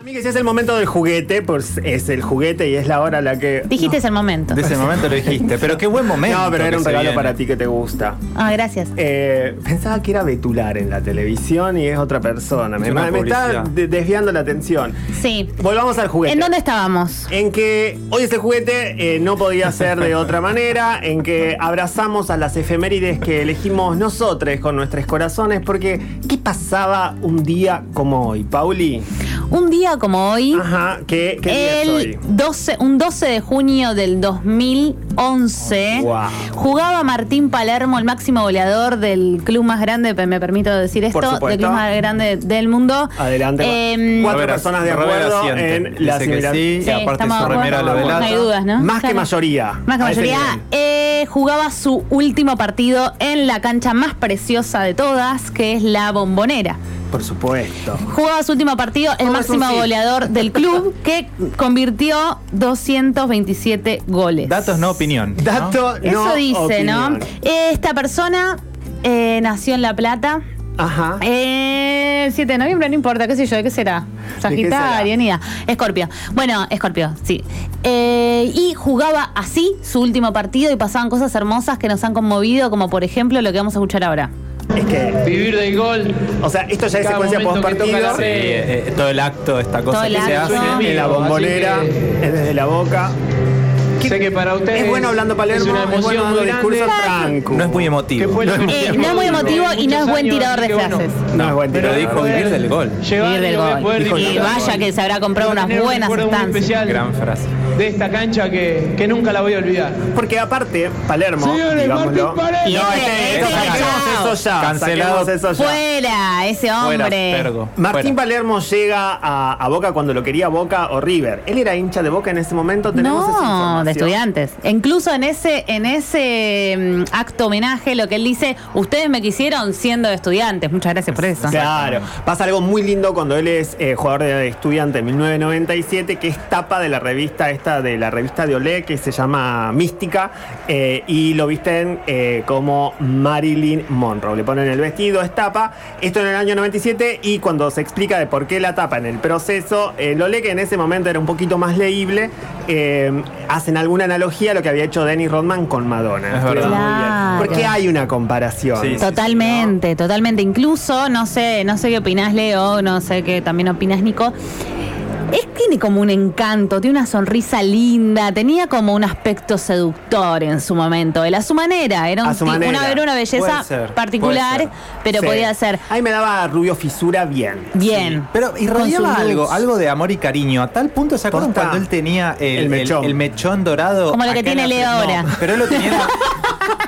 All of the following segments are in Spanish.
Amigues, es el momento del juguete, pues es el juguete y es la hora a la que. Dijiste es el momento. De ese momento lo dijiste, pero qué buen momento. No, pero que era un se regalo viene. para ti que te gusta. Ah, gracias. Eh, pensaba que era Betular en la televisión y es otra persona. Me, Es una me está publicidad. de- desviando la atención. Sí. Volvamos al juguete. ¿En dónde estábamos? En que hoy este juguete eh, no podía ser de otra manera, en que abrazamos a las efemérides que elegimos nosotros con nuestros corazones, porque ¿qué pasaba un día como hoy, Pauli? Un día como hoy, Ajá, Ah, ¿qué, qué día es el hoy? 12, un 12 de junio del 2011, Wow. jugaba Martín Palermo, el máximo goleador del club más grande, pe- me permito decir Por esto, supuesto. del club más grande del mundo. Adelante. Em, Cuatro Roberto- personas de Roberto acuerdo asiente. en la Dice que similar- sí, Sí, y aparte Ah, estamos su de remera acuerdo. lo delata. No hay dudas, ¿no? Más que Claro. mayoría. Más que a ese mayoría, nivel. eh, jugaba su último partido en la cancha más preciosa de todas, que es la bombonera. Por supuesto. Jugaba su último partido, el Todo es un máximo sí. goleador del club, que convirtió 227 goles. Datos, no opinión. ¿no? Dato Eso no dice, ¿no? opinión. Esta persona eh, nació en La Plata. Ajá. Eh, el 7 de noviembre, no importa, qué sé yo, ¿de qué será? ¿De qué será? Sagitario, ni idea. Escorpio. Bueno, Escorpio, sí. Eh, y jugaba así su último partido y pasaban cosas hermosas que nos han conmovido, como por ejemplo lo que vamos a escuchar ahora. Es que, Vivir del gol. o sea, esto ya es Cada secuencia post momento que toca partido. la Sí, eh, eh, todo el acto, esta cosa Todo el que se acto. hace. Sí. En la bombonera, Así que- es desde la boca. Sé que para ustedes Es bueno hablando Palermo, es una es bueno emoción dando muy discurso grande. franco. No es muy emotivo. que fue lo que Eh, me no es muy llevó emotivo y no es buen muchos tirador de años, así que frases. bueno, No es buen Pero tiro. dijo vivir del gol. llevar Vivir del y voy a gol. poder Dijo disfrutar. y vaya que se habrá comprado Voy a unas tener un buenas recuerdo muy sustancias. especial Gran frase. Eh, de esta cancha que, que nunca la voy a olvidar. Porque aparte, Palermo, Señores, digámoslo. Martín Palermo. No, Ese- este, ese saquemos eh, chao. eso ya. Cancelado. saquemos eso ya. Fuera, ese Fuera, hombre. Pergo. Martín Fuera. Palermo llega a, a Boca cuando lo quería Boca o River. Él era hincha de Boca en ese momento. Tenemos esa No, información. de estudiantes. E Incluso en ese, en ese mm, acto homenaje, lo que él dice, ustedes me quisieron siendo de estudiantes. Muchas gracias por eso. Claro, pasa algo muy lindo cuando él es eh, jugador de estudiante en 1997, que es tapa de la revista esta, de la revista de Olé, que se llama Mística, eh, y lo visten eh, como Marilyn Monroe. Le ponen el vestido, es tapa, esto en el año 97, y cuando se explica de por qué la tapa en el proceso, eh, Lolé, que en ese momento era un poquito más leíble, eh, hacen alguna analogía a lo que había hecho Dennis Rodman con Madonna. Es verdad. Muy bien. Claro. Porque hay una comparación. Sí, sí. Totalmente, totalmente. Incluso, no sé, no sé qué opinás, Leo, no sé qué también opinás, Nico. Él tiene como un encanto, tiene una sonrisa linda, tenía como un aspecto seductor en su momento. Él a su manera, era, un A su ti- manera. Una, era una belleza Puede ser, particular, puede ser. pero Sí. podía ser Ahí me daba rubio fisura bien. bien. Pero Con irradiaba su luz. algo, algo de amor y cariño. A tal punto, ¿se acuerdan Posta. cuando él tenía el, El el- mechón. el mechón dorado? Como lo que acá en tiene la Leo frente? ahora. pero él lo tenía en la,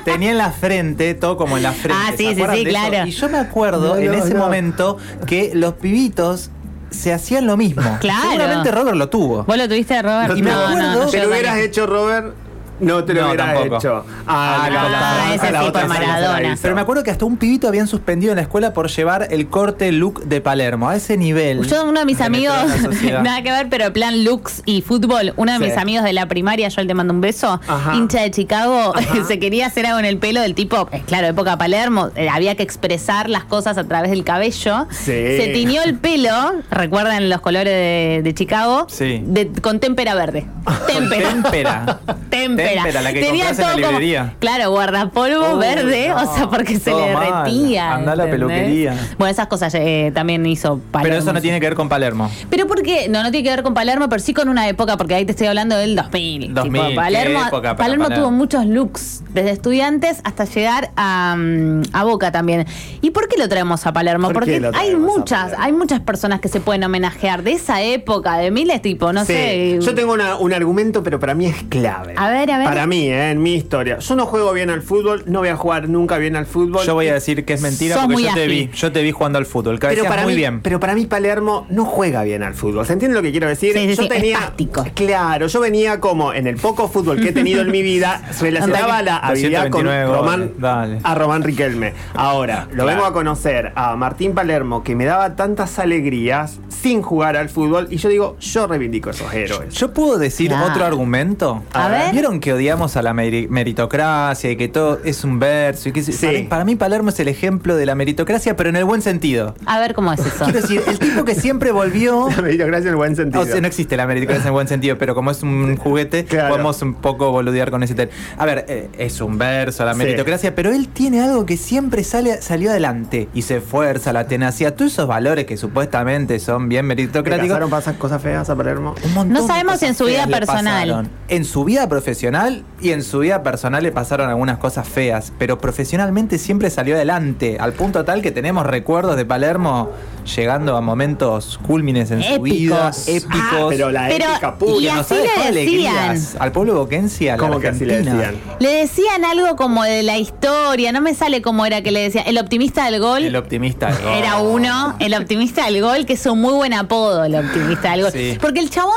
tenía en la frente, todo como en la frente. Ah, ¿se sí, sí, acuerdan sí, de eso? claro. Y yo me acuerdo No, en no, ese no. momento que los pibitos se hacían lo mismo. Claro. Seguramente Robert lo tuvo. ¿Vos lo tuviste, Robert? Y me acuerdo- yo ¿Te lo también. hubieras hecho, Robert? No te lo No, hubieras tampoco. hecho. Ah, no, ah, la- ese la sí otra fue se la Maradona. hizo. Pero me acuerdo que hasta un pibito habían suspendido en la escuela por llevar el corte look de Palermo, a ese nivel. Yo, uno de mis amigos, penetró en la sociedad. nada que ver, pero plan looks y fútbol, uno de Sí. mis amigos de la primaria, yo le mando un beso, Ajá. hincha de Chicago, se quería hacer algo en el pelo del tipo, eh, claro, época Palermo, eh, había que expresar las cosas a través del cabello. Sí. Se tiñó el pelo, recuerdan los colores de, de Chicago, Sí. de- con témpera verde. Témpera. Témpera. Témpera. Témpera, la que compras en la como- librería. claro, guardapolvo Oh, verde, no, o sea, porque se todo le mal. derretía. Andá a la ¿entendés? peluquería. Bueno, esas cosas eh, también hizo Palermo. Pero eso no tiene que ver con Palermo. Pero porque, no, no tiene que ver con Palermo, pero sí con una época, porque ahí te estoy hablando del 2000. 2000, qué Palermo, época para Palermo Palermo. tuvo muchos looks, desde estudiantes hasta llegar a, mm, a Boca también. ¿Y por qué lo traemos a Palermo? ¿Por qué porque lo hay traemos a muchas, Palermo? hay muchas personas que se pueden homenajear de esa época, de miles tipo, no Sí. sé. Yo tengo una- un argumento, pero para mí es clave. A ver, a ver. Para mí, eh, en mi historia. Yo no juego bien al fútbol, no voy a jugar nunca bien al fútbol. Yo voy a decir que es mentira Sos porque muy yo te ágil. vi, yo te vi jugando al fútbol, pero cabeceas para muy mí, bien. Pero para mí Palermo no juega bien al fútbol. ¿Se entiende lo que quiero decir? Sí, sí, yo sí, es tenía táctico. Claro, yo venía como en el poco fútbol que he tenido en mi vida, relacionaba la habilidad con 229 goles, Román, dale. a Román Riquelme. Ahora, lo Claro. vengo a conocer a Martín Palermo, que me daba tantas alegrías sin jugar al fútbol, y yo digo, yo reivindico esos héroes. Yo puedo decir Claro. otro argumento. A ver. ¿Vieron que odiamos a la meri- meritocracia y que todo es un verso. Y que Sí. para, para mí Palermo es el ejemplo de la meritocracia, pero en el buen sentido. A ver cómo es eso. Quiero decir, el tipo que siempre volvió... La meritocracia en el buen sentido. O sea, no existe la meritocracia en buen sentido, pero como es un juguete, Claro. podemos un poco boludear con ese término. A ver, eh, es un verso la Sí. meritocracia, pero él tiene algo que siempre sale, salió adelante y se esfuerza, la tenacidad, todos esos valores que supuestamente son bien ¿Te meritocráticos. casaron pasan cosas feas a Palermo? Un montón No de sabemos cosas en su vida feas le personal. pasaron. En su vida profesional y en su vida personal le pasaron algunas cosas feas, pero profesionalmente siempre salió adelante, al punto tal que tenemos recuerdos de Palermo llegando a momentos cúlmines en su Épicos. vida, Ah, épicos. pero la Pero- épica Y que pura. nos así ha le dejado alegrías decían. al pueblo boquense y a la Como que así le Argentina. decían. Le decían algo como de la historia, no me sale cómo era que le decían. El optimista del gol. El optimista. del gol. Era uno, el optimista del gol, que es un muy buen apodo, el optimista del gol. Sí. Porque el chabón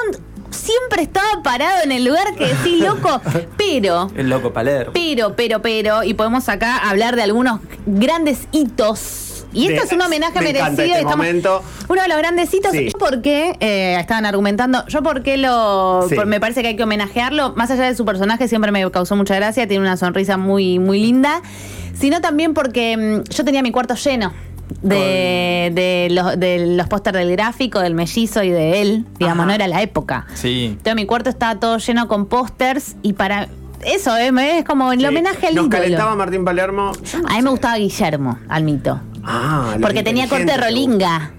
siempre estaba parado en el lugar que sí, loco, pero, El loco Palermo. pero, pero, pero, y podemos acá hablar de algunos grandes hitos. Y esto De- es un homenaje me encanta merecido. este estamos- momento. Uno de los grandes hitos. Sí. Yo porque, eh, estaban argumentando, yo porque lo, Sí. por- me parece que hay que homenajearlo, más allá de su personaje, siempre me causó mucha gracia, tiene una sonrisa muy, muy linda, sino también porque mm, yo tenía mi cuarto lleno. De, de los, de los pósteres del gráfico, del mellizo y de él, digamos, no era la época. Sí. Entonces mi cuarto estaba todo lleno con pósters y para eso eh, me- es como el Sí. homenaje al Nos ídolo. calentaba Martín Palermo. A mí me gustaba Guillermo, al mito. Ah, los Porque tenía corte inteligentes, rolinga.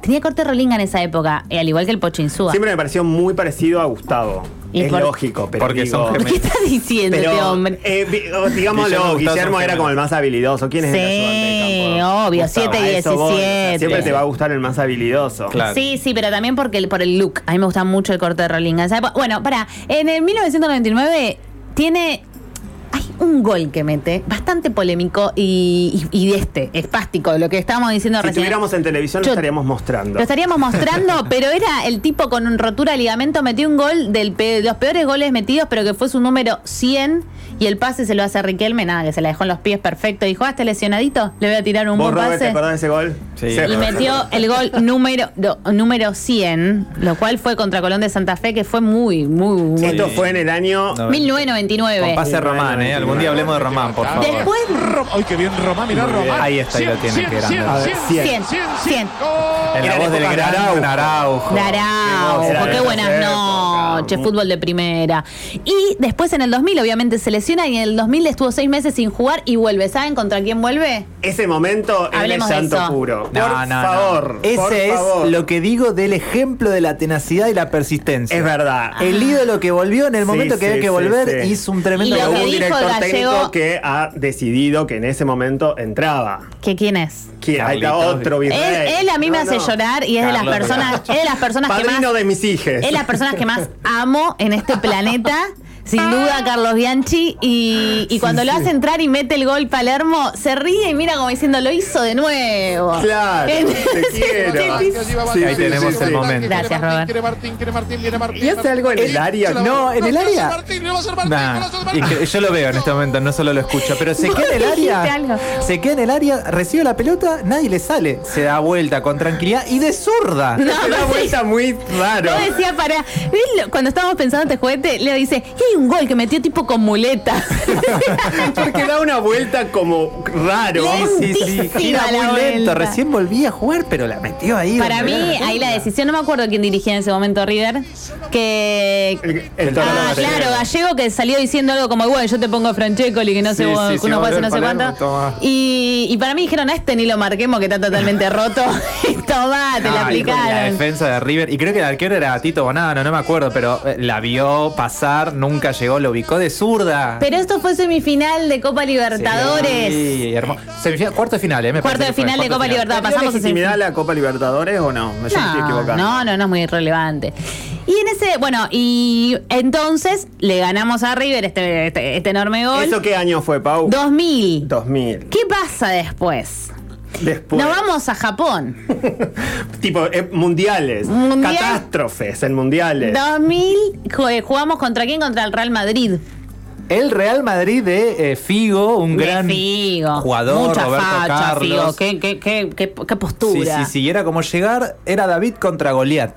Tenía corte rolinga en esa época, eh, al igual que el Pochinzúa. Siempre me pareció muy parecido a Gustavo. Y es por- lógico, pero Porque digo- son ¿Por gemelos. qué estás diciendo este Pero, hombre? eh, vi- o digámoslo, Guillermo Guillermo, Gustavo son era gemelos. como el más habilidoso. ¿Quién es el ayudante de Sí, campo? obvio, Gustavo, 7 y a eso voy, o sea, 17. Siempre te va a gustar el más habilidoso. Claro. Sí, sí, pero también porque el- por el look. A mí me gusta mucho el corte de rolinga. en esa época. Bueno, para, en el 1999 tiene... Hay un gol que mete, bastante polémico y, y, y de este, espástico, lo que estábamos diciendo Si recién. estuviéramos en televisión Yo- lo estaríamos mostrando. Lo estaríamos mostrando, pero era el tipo con un rotura de ligamento, metió un gol del pe- de los peores goles metidos, pero que fue su número 100 y el pase se lo hace a Riquelme, nada, que se la dejó en los pies perfecto. Dijo, ah, está lesionadito, le voy a tirar un ¿Vos, buen Robert, te pase. acordás de ese gol? Sí. Se- Y metió el gol número do- número 100, lo cual fue contra Colón de Santa Fe, que fue muy, muy, muy... Esto fue en el año... No, 1999. Con pase Román, ¿eh? Algún día hablemos de Román, por favor. Después, Ay, qué bien Román, mirá Román. Ahí está, ahí lo tiene, qué grande. A ver, 100. 100, 100. En la Era voz la del época de gran Araujo. Darau, Era qué de buenas esas épocas. noches, fútbol de primera. Y después en el 2000 obviamente se lesiona y en el 2000 estuvo seis meses sin jugar y vuelve. ¿Saben contra quién vuelve? Ese momento es de Hablemos de llanto eso. puro. Por No, no, no. favor. Ese por es favor. lo que digo del ejemplo de la tenacidad y la persistencia. Es verdad. El ídolo que volvió en el Sí, momento que sí, había que sí, volver sí. hizo un Ah. tremendo Y lo Pero que hubo un dijo director Gallego- técnico que ha decidido que en ese momento entraba. ¿Que quién es? Que ahí está Carlitos. otro Él, virrey. él a mí me No, hace no. llorar y es de las Carlos personas, es de las personas que más Padrino de mis hijos. es las personas que más amo en este planeta. Ah. Sin duda, Carlos Bianchi. Y, y cuando lo hace entrar y mete el gol Palermo, se ríe y mira como diciendo, lo hizo de nuevo. este Claro, te quiero. Sí, Sí, ahí tenemos el momento. Gracias, Robert. Quiere Martín, quiere Martín, viene Martín. ¿Y hace algo en el área? No, en el área. Martín, no va a ser Martín, Nah, no va a ser y Martín. que- yo lo veo en este momento, no solo lo escucho, pero se Vos queda en el dijiste área. algo. Se queda en el área, recibe la pelota, nadie le sale. Se da vuelta con tranquilidad y de zurda. Es una vuelta muy raro. Yo decía para. Él, Cuando estábamos pensando en este juguete, Leo dice: que hay un gol que metió tipo con muleta. Porque da una vuelta como raro. Lentísimo. Gira a la muy lento. vuelta. Recién volví a jugar, pero la metió ahí. Para donde mí, era. ahí la decisión, no me acuerdo quién dirigía en ese momento River, que. El- el Toro Ah, Gallego. claro, Gallego que salió diciendo algo como, bueno, yo te pongo Francescoli, que no sé, Sí, vos- sí, que sí, uno pasa volvió el no sé Palermo, cuánto. toma. Y, y para mí dijeron, a este ni lo marquemos, que está totalmente roto. Tomá, te la Ah, y con La aplicaron. defensa de River, y creo que el arquero era Tito Bonano, no me acuerdo, pero eh, la vio pasar, nunca llegó, lo ubicó de zurda. Pero esto fue semifinal de Copa Libertadores. Sí, hermoso. Semifinal- cuarto de final, eh, me Cuarto parece de que fue, final de cuarto Copa Libertad, ¿Tiene pasamos a legitimidad semifinal. la Copa Libertadores o no? Yo me estoy equivocando. no, no, no es muy relevante. Y en ese, bueno, y entonces le ganamos a River este, este, este enorme gol. ¿Eso qué año fue, Pau? 2000. 2000. ¿Qué pasa después? Pues- Después. Nos vamos a Japón. Tipo, eh, mundiales. Mundial. Catástrofes en mundiales. 2000, jue- jugamos contra quién? Contra el Real Madrid. El Real Madrid de eh, Figo, un De gran Figo. jugador, Mucha Roberto facha, Figo. Carlos. ¿Qué, qué, qué, qué, qué Sí, postura. sí, sí, era como llegar, era David contra Goliat.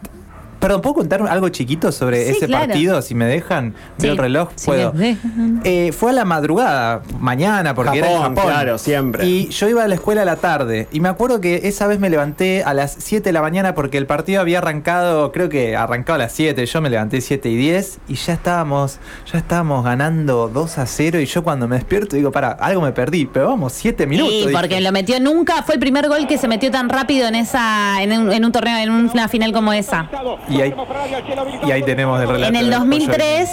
Perdón, ¿puedo contar algo chiquito sobre Sí, ese claro. partido? Si me dejan, veo Sí, el reloj, si puedo. me dejan. Eh, fue a la madrugada, mañana, porque era en Japón, Japón. claro, siempre. Y yo iba a la escuela a la tarde. Y me acuerdo que esa vez me levanté a las 7 de la mañana porque el partido había arrancado, creo que arrancaba a las 7. Yo me levanté 7 y 10 y ya estábamos, ya estábamos ganando 2 a 0. Y yo cuando me despierto digo, para, algo me perdí, pero vamos, 7 minutos. Sí, dije. porque lo metió nunca, fue el primer gol que se metió tan rápido en esa, en un, en un torneo, en una final como esa. Y ahí, y ahí tenemos el relato. En el de Pollo 2003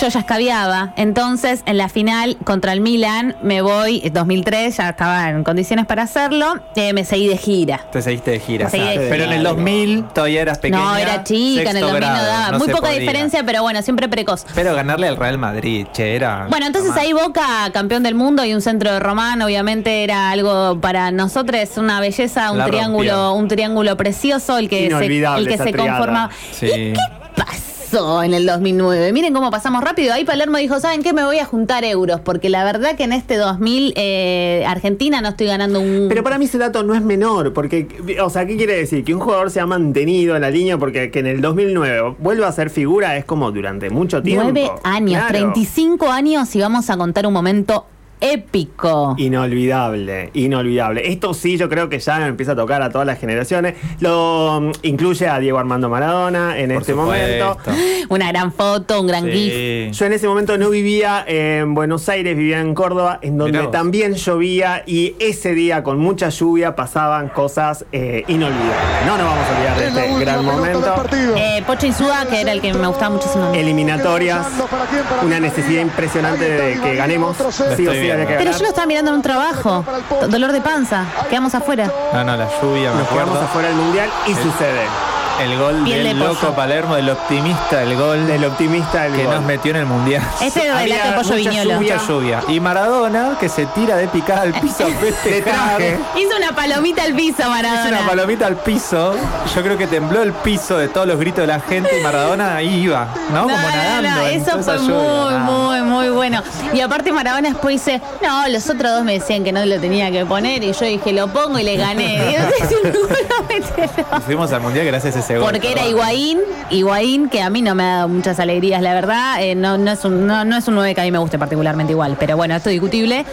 yo ya escabiaba, entonces en la final contra el Milan me voy, eh, 2003 ya estaba en condiciones para hacerlo, eh, me seguí de gira. Te seguiste de gira. Me seguí de Pero en gira. el 2000 todavía eras pequeña. no, era chica, en el sexto 2000 no grado, daba, no muy se poca podía. Ah, diferencia, pero bueno, siempre precoz. Pero ganarle al Real Madrid, che, era. Bueno, entonces mamá. ahí Boca, campeón del mundo y un centro de Román, obviamente era algo para nosotros una belleza, un La triángulo, rompió. un triángulo precioso, el que se, Inolvidable el que esa se triada. conforma. Sí. ¿Y qué pasó en el 2009? Miren cómo pasamos rápido. Ahí Palermo dijo, ¿saben qué? Me voy a juntar euros, porque la verdad que en este 2000 eh, Argentina no estoy ganando un... Pero para mí ese dato no es menor, porque, o sea, ¿qué quiere decir? Que un jugador se ha mantenido en la línea porque que en el 2009 vuelva a ser figura es como durante mucho tiempo. Nueve años, Claro. 35 años y vamos a contar un momento épico. Inolvidable, inolvidable. Esto sí, yo creo que ya empieza a tocar a todas las generaciones. Lo mm, incluye a Diego Armando Maradona en Por este supuesto. momento. Una gran foto, un gran gif. Sí. Yo en ese momento no vivía en Buenos Aires, vivía en Córdoba, en Mirá donde vos. también llovía y ese día con mucha lluvia pasaban cosas eh, inolvidables. No nos vamos a olvidar de Es la este última gran pelota del momento. partido. Eh, Pocho Insúa, que era el que me gustaba muchísimo. Eliminatorias, ¿Para quién? Para una Argentina. necesidad impresionante de que ganemos. Sí o sí Lo estoy había viendo. que Pero ganar. yo lo estaba mirando en un trabajo. Dolor de panza. Quedamos afuera. No, no, la lluvia, me Nos quedamos acuerdo. afuera del mundial y sucede. El gol Piel del de pollo. loco Palermo, del optimista, el gol Del optimista del que gol. nos metió en el mundial. Este es el Había relato de Pollo mucha Viñolo. Mucha lluvia. Y Maradona, que se tira de picada al piso a festejar. traje. Hizo una palomita al piso, Hizo Maradona. una palomita al piso. Yo creo que tembló el piso de todos los gritos de la gente y Maradona ahí iba, ¿no? No, Como no, no, nadando. en eso toda esa fue lluvia. muy, Ah. Nah. muy, muy bueno. Y aparte Maradona después dice, no, los otros dos me decían que no lo tenía que poner y yo dije, lo pongo y le gané. Y no sé si ninguno me enteró. Y Fuimos al mundial gracias a ese gol. Porque era perdón. Higuaín, Higuaín que a mí no me ha dado muchas alegrías, la verdad. Eh, no, no, es un, no, no es un 9 que a mí me guste particularmente igual, pero bueno, esto es discutible.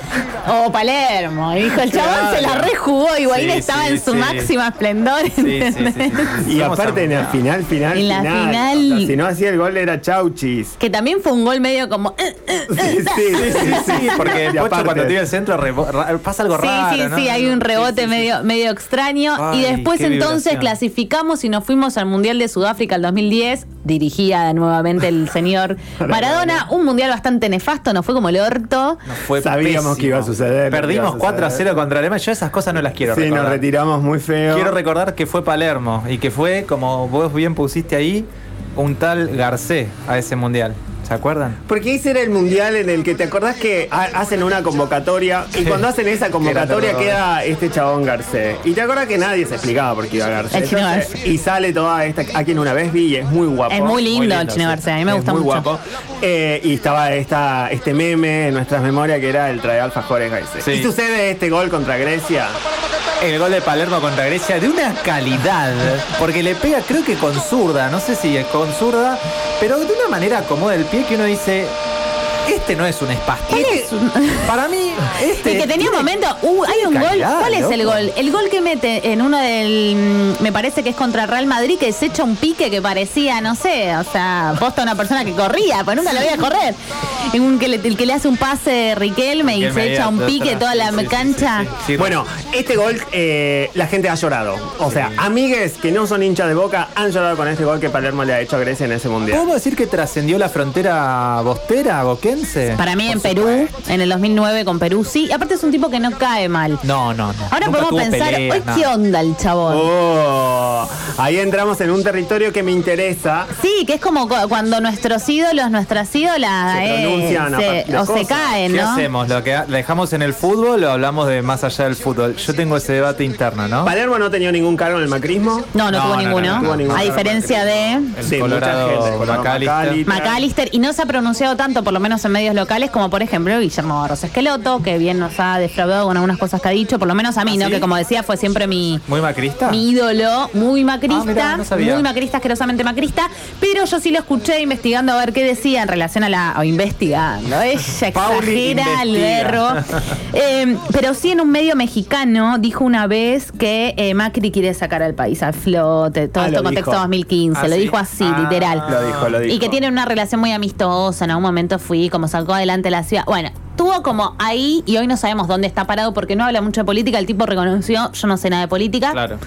O Palermo, hijo, el chabón Claro. se la rejugó, Higuaín Sí, estaba sí, en su sí. máxima esplendor. Sí, sí, sí, sí, sí, sí. Y Fuimos aparte al en la mundial. final, final, En la final. final. O sea, si no hacía el gol era chauchis. Que también fue un gol medio como... eh, eh, eh. Sí, sí, Sí, sí, porque Y Pocho aparte- cuando tira el centro rebo- ra- pasa algo Sí, raro. sí, ¿no? sí, hay un rebote Sí, sí, sí. medio medio extraño. y Ay, después qué entonces vibración. clasificamos y nos fuimos al Mundial de Sudáfrica el 2010. Dirigía nuevamente el señor Maradona. Un mundial bastante nefasto, no fue como el orto. Nos fue Sabíamos que iba a suceder, lo que iba a Perdimos suceder. 4 a 0 contra Alemania. Yo esas cosas no las quiero Sí, nos recordar. retiramos muy feo. Quiero recordar que fue Palermo y que fue, como vos bien pusiste ahí, un tal Garcé a ese mundial. ¿Se acuerdan? Porque ese era el mundial en el que te acordás que ha- hacen una convocatoria y cuando hacen esa convocatoria Qué queda este chabón Garcés. Y te acordás que nadie se explicaba por qué iba Garcés. El chino Entonces, Garcés. Y sale toda esta, a quien una vez vi y es muy guapo. Es muy lindo, el Chino sí. García, a mí me Es gusta muy mucho. guapo. Eh, y estaba esta, este meme en nuestras memorias que era el trae alfajores Garcés. Sí. Y sucede este gol contra Grecia. El gol de Palermo contra Grecia de una calidad, porque le pega creo que con zurda, no sé si es con zurda, pero de una manera como del pie que uno dice, este no es un espacio. Para mí, este... Y que tenía un tiene- momento, uh, hay un gol. calidad, ¿Cuál es el loco. gol? El gol que mete en uno del. mm, Me parece que es contra Real Madrid, que se echa un pique que parecía, no sé, o sea, posta una persona que corría, pues nunca lo veía correr. En un que le- el que le hace un pase Riquelme, y Riquelme se ahí echa un atrás, pique toda la sí, sí, sí, cancha. sí, sí. Bueno, este gol eh, la gente ha llorado. O sea, amigues que no son hinchas de boca han llorado con este gol que Palermo le ha hecho a Grecia en ese mundial. ¿Podemos decir que trascendió la frontera bostera, boquense? Para mí Por en Perú, en el 2009 con Perú, sí. Y aparte es un tipo que no cae mal. No, no, no. Ahora Nunca podemos tuvo pensar, peleas, hoy nada. qué onda el chabón. Oh, ahí entramos en un territorio que me interesa. Sí, que es como cu- cuando nuestros ídolos, nuestras ídolas, Se eh, pronuncian a se- partir de o se cosas. caen, ¿Qué ¿no? hacemos? ¿Lo que ha- dejamos en el fútbol o hablamos de más allá del fútbol? Yo tengo ese debate interno, ¿no? Palermo no tenía ningún cargo en el macrismo. No, no, No, tuvo no, no, ninguno. no tuvo ninguno. A diferencia de El Sí, mucha Colorado gente, el Colorado McAllister. McAllister. McAllister y no se ha pronunciado tanto, por lo menos en medios locales, como por ejemplo Guillermo Barros Esqueloto, Palermo, que bien nos ha defraudado con algunas cosas que ha dicho, por lo menos a mí, ¿Ah, ¿no? sí? Que como decía, fue siempre mi, ¿Muy macrista? mi ídolo, muy macrista, Ah, mirá, no sabía. muy macrista, asquerosamente macrista, pero yo sí lo escuché investigando a ver qué decía en relación a la. o investigando, ella Pauli exagera el investiga. verbo. Eh, pero sí en un medio mexicano dijo una vez que eh, Macri quiere sacar al país al flote, todo Ah, esto lo contexto dijo. 2015, Ah, lo sí. dijo así, Ah, literal. Lo dijo, lo dijo. Y que tienen una relación muy amistosa. En algún momento fui, como sacó adelante la ciudad. Bueno, tuvo como ahí, y hoy no sabemos dónde está parado porque no habla mucho de política. El tipo reconoció, yo no sé nada de política. Claro.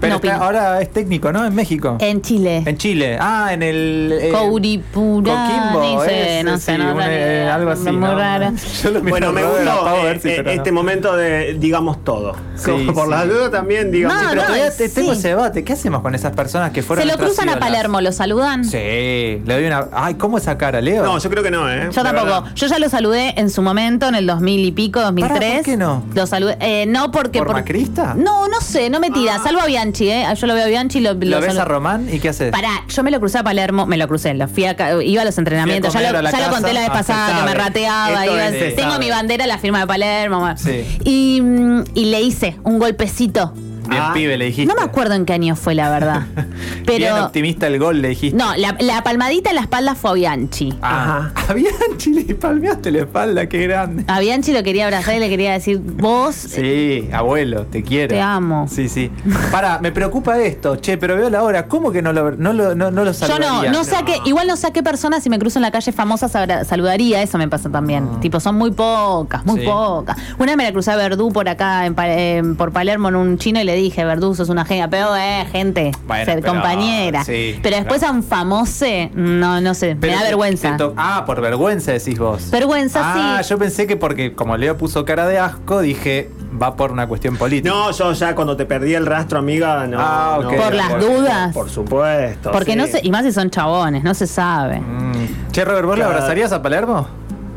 Pero No está- opino. Eh. ahora es técnico, ¿no? En México. En Chile. En Chile. Ah, en el. eh, Couripura, Coquimbo, dice, ese, no sé, sí, no un, sé, eh, algo así. muy ¿no? raro. Yo lo miro Bueno, me raro, gustó apago a eh, ver si- eh, pero no. este momento de digamos todo. Sí, Como por sí. la duda también digamos. No, Pero todavía sí. te- tengo ese debate. ¿Qué hacemos con esas personas que fueron Se lo nuestras cruzan a ídolas? Palermo, lo saludan. Sí, le doy una. Ay, ¿cómo esa cara, Leo? No, yo creo que no, ¿eh? Yo La tampoco. verdad. Yo ya lo saludé en su momento, en el 2000 y pico, 2003. ¿por qué no? Lo saludé. eh, no porque. ¿Por macrista? Ah. No, no sé, no me tira. Salvo a Bianchi, ¿eh? Yo lo veo a Bianchi y lo, ¿Lo ves saludo. a Román y qué haces? Pará, yo me lo crucé a Palermo, me lo crucé, lo fui a ca- iba a los entrenamientos, Fui a ya comer lo, a la ya lo casa. conté la vez Ah, pasada, se que me sabe. rateaba, Esto iba- es- se tengo sabe. mi bandera, la firma de Palermo. bueno. Sí. Y, mm, y le hice un golpecito. Bien Ah. pibe, le dijiste. No me acuerdo en qué año fue, la verdad. Bien Pero. optimista el gol, le dijiste. No, la, la palmadita en la espalda fue a Bianchi. Ah, a Bianchi le palmeaste la espalda, qué grande. A Bianchi lo quería abrazar y le quería decir, vos. Sí, abuelo, te quiero. Te amo. Sí, sí. Para, me preocupa esto, che, pero veo la hora. ¿Cómo que no lo, no lo, no, no lo Yo no, saludaría? no sé a qué- igual no sé a qué personas si me cruzo en la calle famosa sabra- saludaría, eso me pasa también. Tipo, son muy pocas, muy Ah. Sí. pocas. Una vez me la crucé a Verdú por acá, en, Pa- en- por Palermo, en un chino y le dije, Verdú, sos una genia, pero eh, gente, Bueno, ser pero- compañera. sí, pero después claro. a un famoso, no, no sé, Pero me da te- vergüenza. te to- ah, por vergüenza decís vos. Vergüenza, ah, sí. yo pensé que porque como Leo puso cara de asco, dije, va por una cuestión política. No, yo ya cuando te perdí el rastro, amiga, no. Ah, ok. no. Por las dudas. Por supuesto. Porque sí. no sé, y más si son chabones, no se sabe. Mm. Che, Robert, ¿vos Claro. lo abrazarías a Palermo?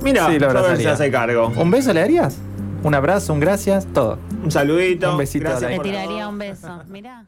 Mira, sí, lo Robert se abrazaría. hace cargo. ¿Un beso le harías? ¿Un abrazo? ¿Un gracias? Todo. Un saludito. Un besito a Gracias Le la- por la tiraría voz. un beso. Mirá.